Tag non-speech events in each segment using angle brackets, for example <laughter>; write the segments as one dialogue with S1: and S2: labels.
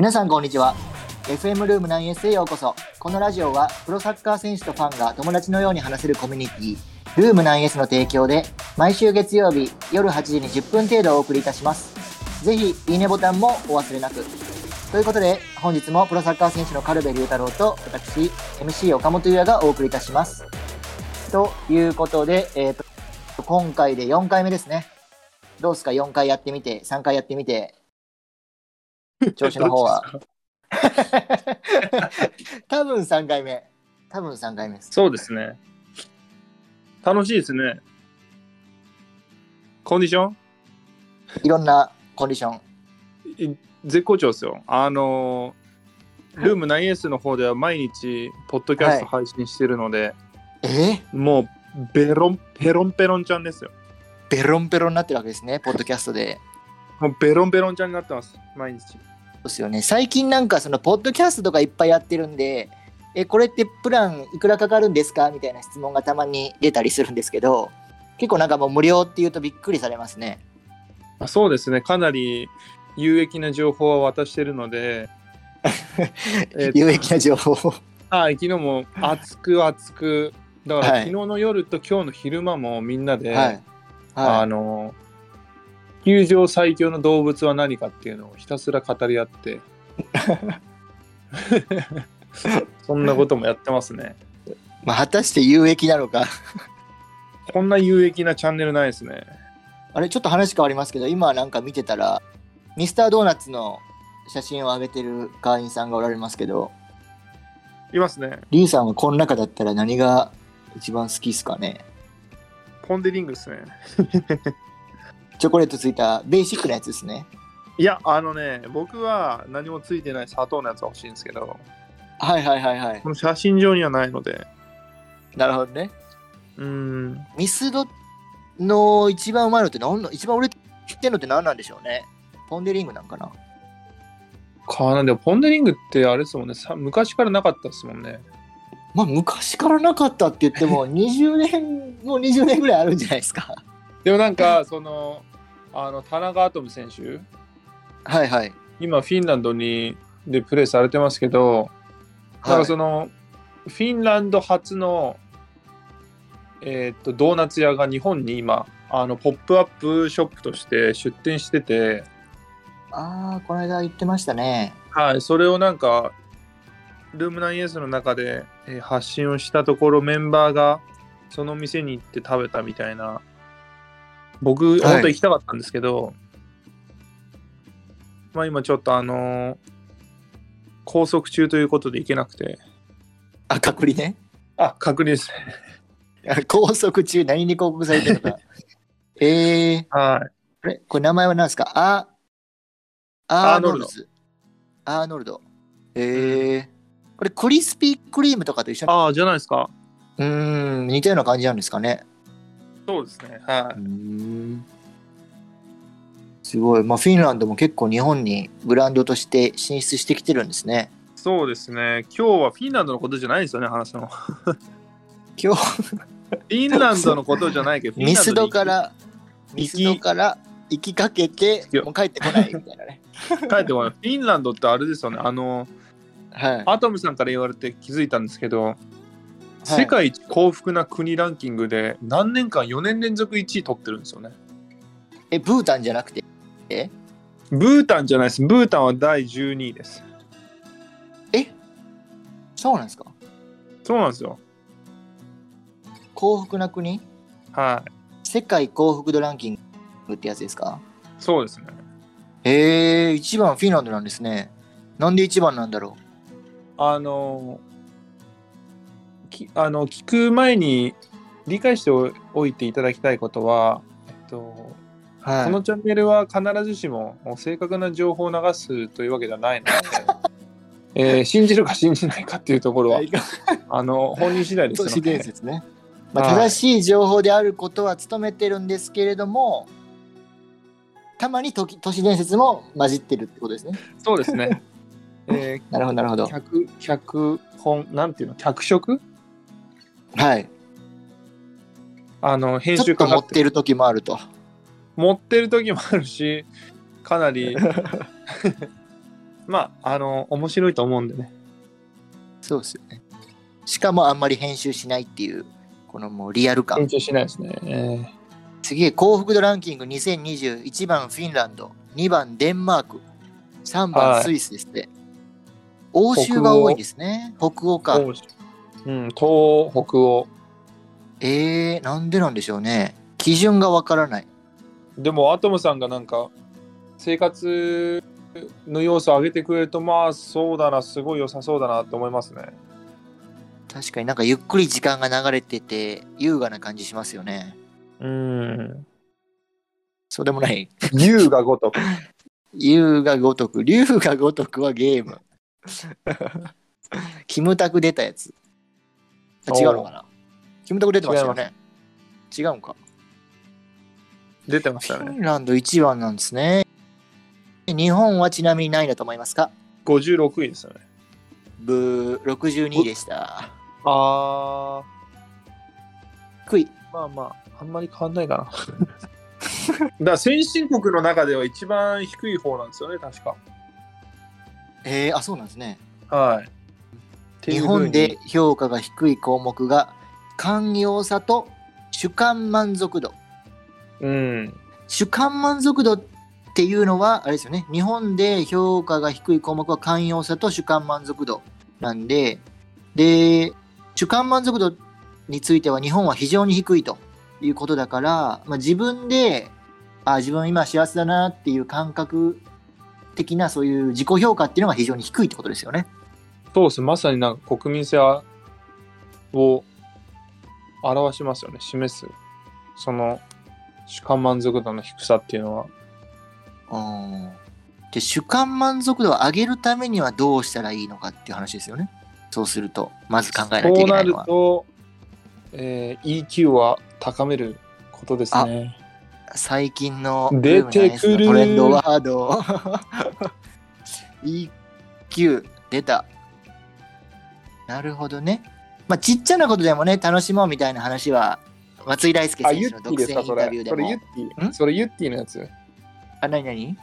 S1: 皆さんこんにちは FM ルーム 9S へようこそこのラジオはプロサッカー選手とファンが友達のように話せるコミュニティルーム 9S の提供で毎週月曜日夜8時に10分程度お送りいたしますぜひいいねボタンもお忘れなくということで本日もプロサッカー選手の軽部龍太郎と私 MC 岡本優也がお送りいたしますということで、えー、と今回で4回目ですねどうですか4回やってみて3回やってみて調子の方は多分3回目多分3回目です
S2: そうですね。楽しいですね。コンディション
S1: いろんなコンディション
S2: い絶好調ですよ。あのー、ルーム 9S の方では毎日、ポッドキャスト配信してるので、
S1: え
S2: もう、ベロン、ペロンペロンちゃんですよ。
S1: ベロンベロンになってるわけですねポッドキャストで
S2: もう、ベロンベロンちゃんになってます、毎日。
S1: そうですよね最近なんかそのポッドキャストとかいっぱいやってるんでえこれってプランいくらかかるんですかみたいな質問がたまに出たりするんですけど結構なんかもう無料っていうとびっくりされますね
S2: あそうですね、かなり有益な情報は渡してるの <laughs> で、えっと
S1: 有益な情報を
S2: はい、昨日も熱く熱く、だから
S1: はい
S2: 昨日の夜と今日の昼間もみんなで、
S1: はい
S2: あ
S1: は
S2: の球場最強の動物は何かっていうのをひたすら語り合って <laughs> そんなこともやってますね
S1: いまあ果たして有益なのか <laughs>
S2: こんな有益なチャンネルないですね
S1: あれちょっと話変わりますけど今なんか見てたらミスタードーナツの写真を上げてる会員さんがおられますけど
S2: いますね
S1: リーさんはこの中だったら何が一番好きですかね
S2: ポン・デ・リングですね
S1: チョコレートついたベーシックなやつですね
S2: いやあのね僕は何もついてない砂糖のやつが欲しいんですけど
S1: はいはいはいはい
S2: この写真上にはないので
S1: なるほどね
S2: うーん
S1: ミスドの一番うまいのって何の一番俺知ってんのって何なんでしょうねポンデリングなんかな
S2: かなでもポン・デ・リングってあれですもんねさ昔からなかったですもんね
S1: まあ昔からなかったって言って <laughs> も20年もう20年ぐらいあるんじゃないですか
S2: でもなんかそのあの田中アトム選手
S1: はいはい
S2: 今フィンランドにでプレーされてますけど、なんかそのフィンランド初の、えーっとドーナツ屋が日本に今あのポップアップショップとして出店してて、
S1: ああこの間言ってましたね
S2: はい、それをなんかルーム9 s の中で、えー発信をしたところメンバーがその店に行って食べたみたいな僕、
S1: い
S2: 本当行きたかったんですけどまあ今ちょっとあのー拘束中ということで行けなくて
S1: あ隔離ね
S2: あ隔離ですね
S1: あ <laughs> 拘束中何に広告されてるの <laughs> かええー、
S2: はい
S1: あれこれ名前は何ですかあアーノルドアーノルドええー、これクリスピークリームとかと一緒に
S2: ああじゃないですか
S1: うーん似たような感じなんですかね
S2: そうですねは
S1: う
S2: い
S1: ーんすごい、まあ、フィンランドも結構日本にブランドとして進出してきてるんですね。
S2: そうですね今日はフィンランドのことじゃないですよね話のフ <laughs>
S1: 今日
S2: ィンランドのことじゃないけどフィンラ
S1: ミ
S2: ンド
S1: ス
S2: に行
S1: ド
S2: く
S1: から
S2: 行き
S1: ミスドから行きかけて
S2: いや
S1: もう帰ってこないみたいな
S2: <laughs>
S1: ね。
S2: 帰ってこないフィンランドってあれですよねあのー
S1: はい、
S2: アトムさんから言われて気づいたんですけど、
S1: い
S2: 世界一幸福な国ランキングで何年間4年連続1位取ってるんですよね。
S1: えブータンじゃなくてえ
S2: ブータンじゃないです。ブータンは第12位です。
S1: そうなんですか
S2: そうなんですよ。
S1: 幸福な国
S2: はい。
S1: 世界幸福度ランキングってやつですか
S2: そうですね。
S1: へえ1番フィンランドなんですね。なんで1番なんだろ
S2: あの、きあの聞く前に理解しておおいていただきたいことは、えっと、
S1: うは
S2: こ
S1: い
S2: のチャンネルは必ずしも正確な情報を流すというわけではないので、えー信じるか信じないかっていうところは
S1: はい
S2: あの本人次第です
S1: 都
S2: の
S1: 市伝
S2: で、
S1: 説ね、まあ、
S2: はい
S1: 正しい情報であることは努めてるんですけれどもたまにとき都市伝説も混じってるってことですね
S2: <laughs> そうですね。え
S1: なるほどなるほ
S2: ー、
S1: ど
S2: 脚脚本なんていうの脚色
S1: はい
S2: あの編
S1: ちょ
S2: 集
S1: っと
S2: かか
S1: 持っ
S2: って
S1: てる時もあると <laughs>
S2: 持ってる時もあるしかなりまあ、あの、面白いと思うんでね。
S1: そうですよね。しかもあんまり編集しないっていう、このもうリアル感
S2: 緊。張しないですね。えー
S1: 次へ幸福度ランキング2021番フィンランド、2番デンマーク、3
S2: は
S1: 番
S2: い
S1: スイスですって。欧州が多いですね。北欧か。
S2: 欧州うん、東欧北欧。
S1: えー、なんでなんでしょうね。基準がわからない。
S2: でも、アトムさんがなんか、生活の要素を上げてくれると、まあ、そうだな、すごい良さそうだなと思いますね。
S1: 確かになんかゆっくり時間が流れてて優雅な感じしますよね。
S2: うん。
S1: そうでもない。
S2: <laughs> 優がごとく。
S1: 優が如く、竜が如くはゲ
S2: <laughs>
S1: ーム。キムタク出たやつ。あ違うのかなキムタク出てましたよね。違うんか。
S2: 出てまし
S1: フ
S2: たね。
S1: ィンランド1番なんですね。日本はちなみに何位だと思いますか
S2: 56位ですよね。
S1: ブー、62位でした。
S2: あ
S1: 低い。
S2: ー、まあまあ、あんまり変わんないかな。だ <laughs> から先進国の中では一番低い方なんですよね、確か。
S1: えー、あ、そうなんですね。
S2: はい。
S1: 日本で評価が低い項目が寛容さと主観満足度
S2: うん。
S1: 主観満足度っていうのはあれですよね日本で評価が低い項目は寛容さと主観満足度なんでで主観満足度については日本は非常に低いということだから、まあ、自分であ自分今幸せだなっていう感覚的なそういう自己評価っていうのが非常に低いってことですよね。
S2: そうです。まさになんか国民性を表しますよね、示す。その主観満足度の低さっていうのは。
S1: うんで主観満足度を上げるためにはどうしたらいいのかっていう話ですよね。そうすると、まず考えなきゃ
S2: そ
S1: いうけな
S2: ない
S1: の
S2: る
S1: は。
S2: と、えー EQ は高めることですね。
S1: 最近の
S2: 出てくる
S1: トレンドワード。EQ 出た。なるほどね。まあ、ちっちゃなことでもね、楽しもうみたいな話は、松井大輔
S2: あ、
S1: 選
S2: ユ
S1: 手
S2: ッ
S1: の
S2: ティ
S1: 独
S2: です
S1: 占
S2: か、
S1: イン
S2: そ
S1: タ
S2: れ
S1: ビュー。で
S2: それ
S1: も
S2: ユッ。ティ。
S1: ん
S2: それユッティのやつ。
S1: あ、なになに
S2: ユッ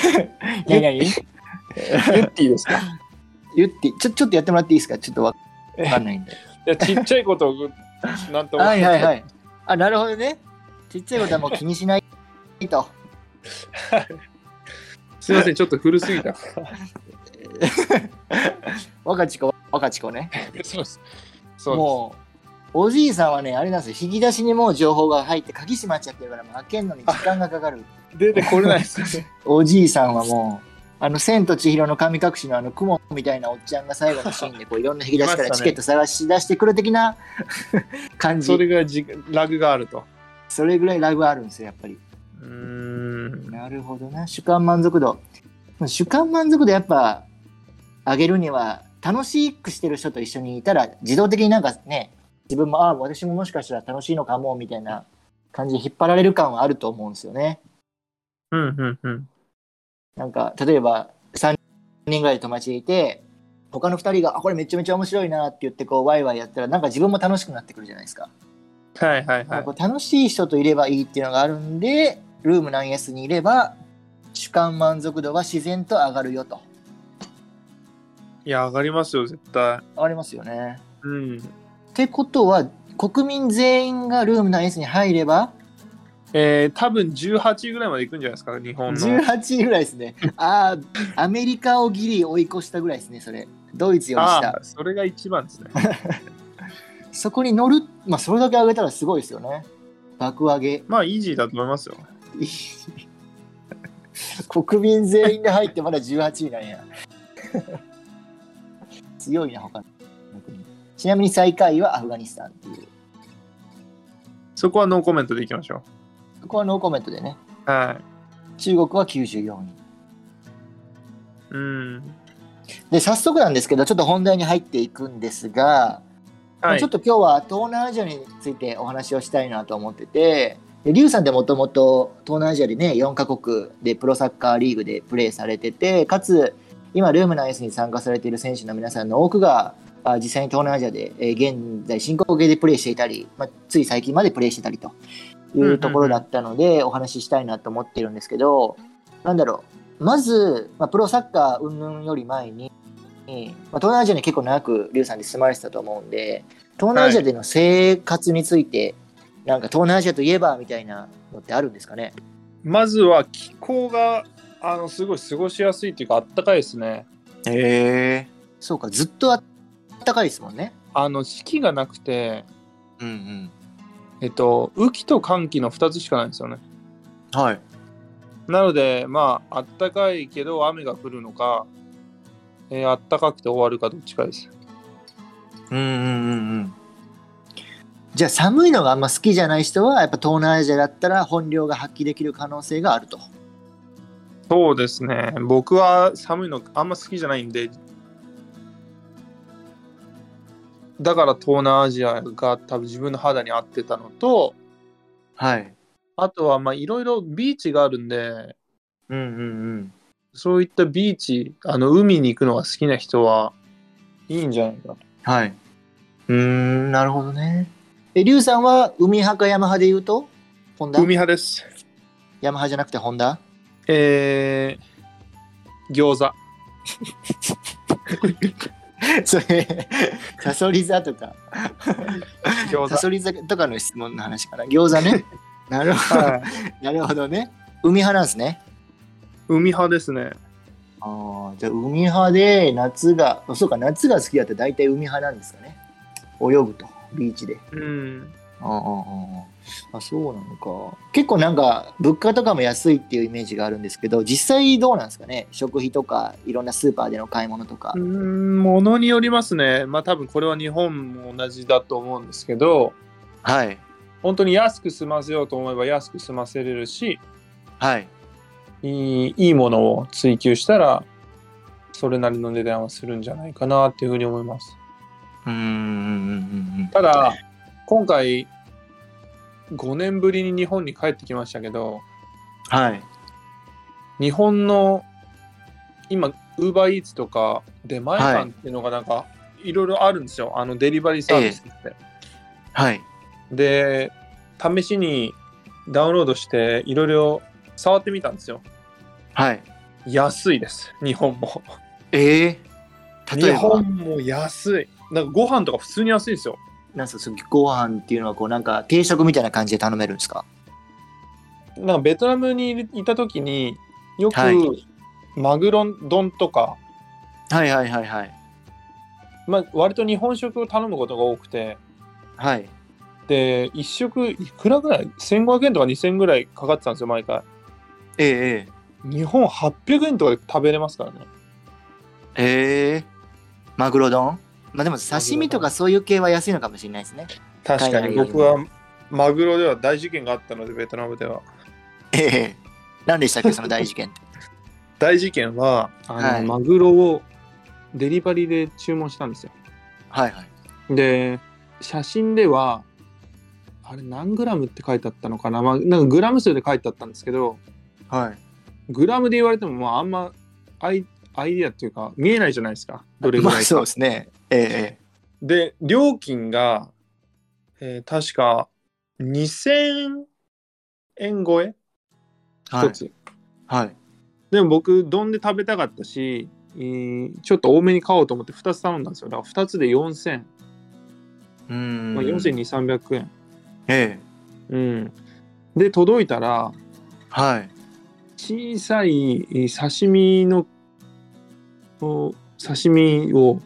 S1: 何々
S2: ユッティですか。
S1: 言って、ちょ、ちょっとやってもらっていいですかちょっとわかんないんで。
S2: いやちっちゃいことをなんとも
S1: はいはいはい。あ、なるほどね。ちっちゃいことはもう気にしないと。
S2: すいません、ちょっと古すぎた。
S1: 若ち子、若ち子ね。
S2: そうです。そうです
S1: もう、おじいさんはね、あれなんですよ。引き出しにもう情報が入って、鍵閉まっちゃってるから、もう開けるのに時間がかかる。
S2: 出てこれないですね。
S1: おじいさんはもう、あの、千と千尋の神隠しのあの、雲みたいなおっちゃんが最後のシーンで、こう、いろんな引き出しか
S2: い
S1: ら
S2: まし
S1: チ
S2: たね
S1: ケット探し出してくる的な <laughs> 感じ。
S2: そ
S1: それ
S2: れぐらいじラグがあると。
S1: ぐらいラグあるんですよ、やっぱり。
S2: うーん。
S1: なるほどな。主観満足度。主観満足度やっぱ上げるには楽しくしてる人と一緒にいたら自動的になんかね、自分もああ、私ももしかしたら楽しいのかもみたいな感じで引っ張られる感はあると思うんですよね。
S2: うんうんうん。
S1: なんか例えば3人ぐらいで友達がいて、他の2人があこれめちゃめちゃ面白いなって言ってこうワイワイやったらなんか自分も楽しくなってくるじゃないですか。
S2: はいはい
S1: な
S2: は
S1: ん
S2: い
S1: か。こう楽しい人といればいいっていうのがあるんでルーム 9S にいれば主観満足度は自然と上がるよと
S2: いや、上がりますよ、絶対。
S1: 上がりますよね
S2: うん。
S1: ってことは国民全員がルーム 9S に入れば
S2: えー、多分18位ぐらいまで行くんじゃないですか、日本の。
S1: 18位ぐらいですねああアメリカをギリ追い越したぐらいですねそれドイツより
S2: あ
S1: 下
S2: あ、それが一番ですね。
S1: そこに乗るまあそれだけ上げたらすごいですよね爆上げ
S2: まあ、イージーだと思いますよ。
S1: 国民全員で入ってまだ18位なんや <laughs> 強いな他の国ちなみに最下位はアフガニスタンっていう
S2: そこはノーコメントでいきましょ
S1: ここはノーコメントでね
S2: う。はい。
S1: 中国は94位
S2: うん。
S1: で早速なんですけどちょっと本題に入っていくんですが、ま
S2: は
S1: あ
S2: い
S1: ちょっ。と今日は東南アジアについてお話をしたいなと思っててでリュウさんってもともと東南アジアでね4カ国でプロサッカーリーグでプレーされててかつ今ルームナイスに参加されている選手の皆さんの多くがあ実際に東南アジアで、えー現在進行形でプレーしていたり、まあ、つい最近までプレーしてたりとい
S2: んうんう
S1: うんところだったのでお話ししたいなと思ってるんですけど、なんだろうまず、まあ、プロサッカー云々より前に、まあ、東南アジアに結構長くリュウさんに住まれてたと思うんで東南アジアでの生活について、なんか東南アジアといえばみたいなのってあるんですかね
S2: まずは気候があのすごい過ごしやすいっていうかあったかいですね。
S1: へえそうかずっとあったかいですもんね
S2: あの四季がなくて、
S1: うん
S2: えっと、雨季と寒季の2つしかないんですよね。
S1: うんはい
S2: なのでまああったかいけど雨が降るのか、えーあったかくて終わるかどっちかです。
S1: うんうんうんうんじゃあ寒いのがあんま好きじゃない人はやっぱ東南アジアだったら本領が発揮できる可能性があると
S2: そうですね僕は寒いのあんま好きじゃないんでだから東南アジアが多分自分の肌に合ってたのと
S1: はい
S2: あとはまあいろいろビーチがあるんで
S1: うんうんうん
S2: そういったビーチあの海に行くのが好きな人はいいんじゃないかな
S1: はいうーんなるほどねえリュウさんは海派か山派で言うと本田
S2: 海派です
S1: ヤマハじゃなくてホンダ <laughs>
S2: えー、餃子
S1: それ、サソリ座とか、
S2: 餃
S1: サ
S2: 子
S1: ソリ座とかの質問の話かな。餃
S2: <laughs>
S1: 子ね。なるほど、
S2: はい
S1: なるほどね。海派なんですね。
S2: 海派ですね
S1: ああ、じゃあ海派で夏が、そうか、夏が好きだって大体海派なんですかね。泳ぐと、ビーチで。
S2: うん
S1: ああ、ああ、そうなのか。結構なんか、物価とかも安いっていうイメージがあるんですけど、実際どうなんですかね。食費とか、いろんなスーパーでの買い物とか
S2: う。んものによりますねまあ多分これは日本も同じだと思うんですけど
S1: はい、
S2: 本当に安く済ませようと思えば安く済ませれるし
S1: はい。
S2: いいいいものを追求したらそれなりの値段はするんじゃないかなっていうふうに思います
S1: うん、うん、
S2: ただ今回5年ぶりに日本に帰ってきましたけど
S1: はい。
S2: 日本の今 UberEats とか出前館っていうのがなんかいろいろあるんですよあのデリバリーサービスって、
S1: はい。
S2: で試しにダウンロードしていろいろ触ってみたんですよ
S1: はい。
S2: 安いです日本も
S1: ええ
S2: 日本も安いなんかご飯とか普通に安いんですよ
S1: なんすかそのご飯っていうのはこうなんか定食みたいな感じで頼めるんですか
S2: なんかベトナムにいた時によく
S1: はい
S2: マグロ丼とか、
S1: はいはいはいはい
S2: まあ、割と日本食を頼むことが多くて
S1: はい
S2: で1食いくらぐらい1500円とか2000円ぐらいかかってたんですよ毎回
S1: ええ
S2: 日本800円とかで食べれますからね
S1: ええマグロ丼まあでも刺身とかそういう系は安いのかもしれないですね
S2: 確か
S1: 海外よ
S2: に
S1: りも
S2: 僕はマグロでは大事件があったのでベトナムでは
S1: ええ何でしたっけその大事件って
S2: 大事件はあの、
S1: はい
S2: マグロをデリバリーで注文したんですよ
S1: はいはい
S2: で写真ではあれ何グラムって書いてあったのかな,、まあ、なんかグラム数で書いてあったんですけど
S1: はい
S2: グラムで言われてもまああんまアイアイディアっていうか見えないじゃないですかどれぐらい
S1: ま
S2: か、
S1: あそうですねえええ
S2: で料金が、えー確か2000円超
S1: え
S2: え一つ、
S1: はい
S2: でも僕丼で食べたかったし、えーちょっと多めに買おうと思って2つ頼んだんですよだから2つで4000、
S1: うーん
S2: まあ、42300円
S1: ええ
S2: うん、で届いたら
S1: はい
S2: 小さいえー刺身のお刺身を、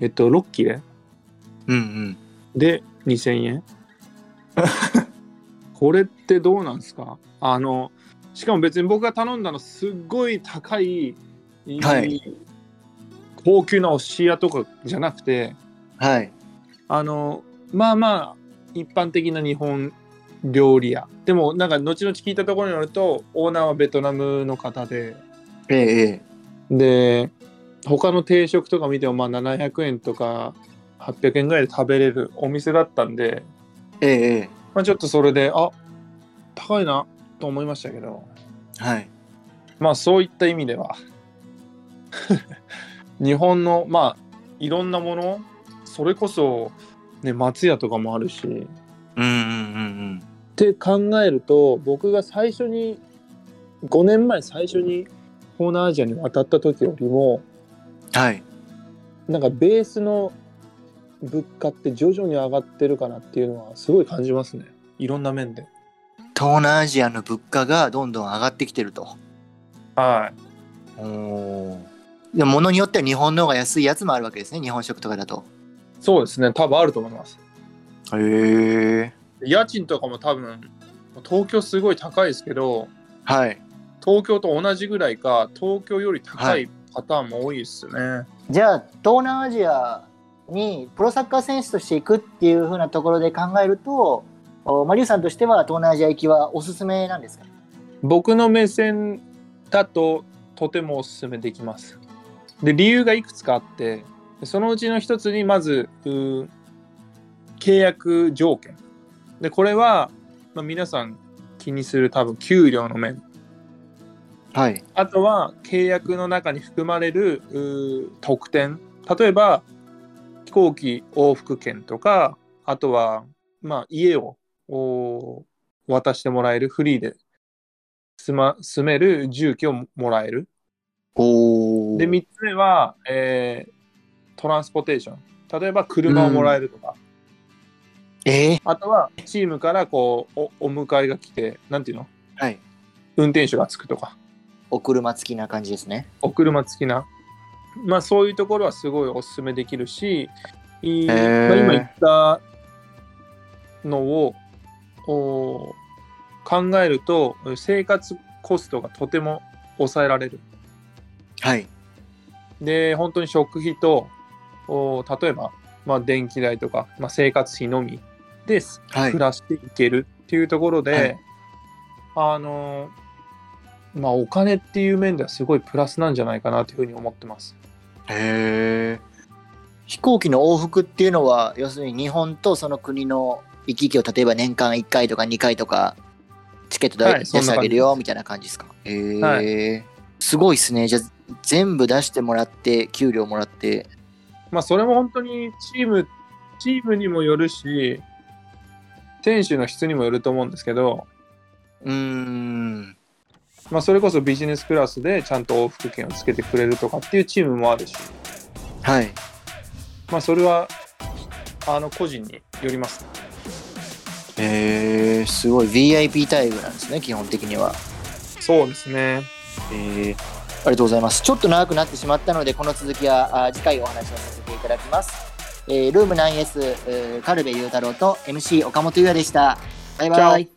S2: えっと、6切れ
S1: うんうん
S2: で2000円
S1: <laughs>
S2: これってどうなんですかあのしかも別に僕が頼んだのすっごい高い、
S1: はい
S2: 高級なお寿司屋とかじゃなくて
S1: はい
S2: あのまあまあ一般的な日本料理屋でもなんか後々聞いたところによるとオーナーはベトナムの方で
S1: ええええ
S2: で他の定食とか見てもまあ700円とか800円ぐらいで食べれるお店だったんで、
S1: えええ
S2: まあ、ちょっとそれであ高いなと思いましたけど
S1: えはい
S2: まあそういった意味では <laughs> 日本のまあいろんなものそれこそ、ね、松屋とかもある
S1: う
S2: し
S1: んうんうん
S2: って考えると僕が最初に5年前最初に東南アジアに渡った時よりも
S1: はい。
S2: なんかベースの物価って徐々に上がってるかなっていうのはすごい感じますねいろんな面で
S1: 東南アジアの物価がどんどん上がってきてると。
S2: はい
S1: おでも物によっては日本の方が安いやつもあるわけですね日本食とかだと。
S2: そうですね多分あると思います
S1: へえ。
S2: 家賃とかも多分東京すごい高いですけど
S1: はい。
S2: 東京と同じぐらいか東京より高いパターンも多いですね、
S1: じゃあ東南アジアにプロサッカー選手として行くっていう風なところで考えるとおマリウさんとしては東南アジア行きはおすすめなんですか
S2: 僕の目線だととてもおすすめできますで理由がいくつかあってそのうちの一つにまずうー契約条件でこれは、まあ、皆さん気にする多分給料の面
S1: はい
S2: あとは契約の中に含まれるうー特典例えば飛行機往復券とかあとは、まあ、家をおー渡してもらえるフリーで住,、ま、住める住居をもらえる
S1: おお
S2: で3つ目は、えートランスポテーション例えば車をもらえるとか、
S1: えー、
S2: あとはチームからこうおお迎えが来てなんていうの
S1: はい
S2: 運転手がつくとか
S1: お車付きな感じですね
S2: お車付きな、まあ、そういうところはすごいおすすめできるし、い
S1: へ
S2: い
S1: ー
S2: まあ、今言ったのをお考えると生活コストがとても抑えられる。
S1: はい
S2: で本当に食費とお例えば、まあ、電気代とか、まあ、生活費のみで
S1: は
S2: 暮らしていけるっていうところで、あのまあお金っていう面ではすごいプラスなんじゃないかなというふうに思ってます。
S1: へえ飛行機の往復っていうのは要するに日本とその国の行き来を例えば年間1回とか2回とかチケット
S2: は
S1: 代
S2: い
S1: 出してあげるよみたいな感じですかへえ、すごいですねじゃあ全部出してもらって給料もらって
S2: まあ、それも本当にチーム、チームにもよるし、選手の質にもよると思うんですけど、
S1: うーん
S2: まあ、それこそビジネスクラスでちゃんと往復券をつけてくれるとかっていうチームもあるし、
S1: はい
S2: まあ、それはあの個人によります。
S1: へえすごい VIP タイプなんですね基本的には
S2: そうですね。
S1: えーありがとうございます。ちょっと長くなってしまったので、この続きはあ次回お話をさせていただきます。えールーム 9S、えー、軽部雄太郎と MC 岡本優也でした。バイバイ。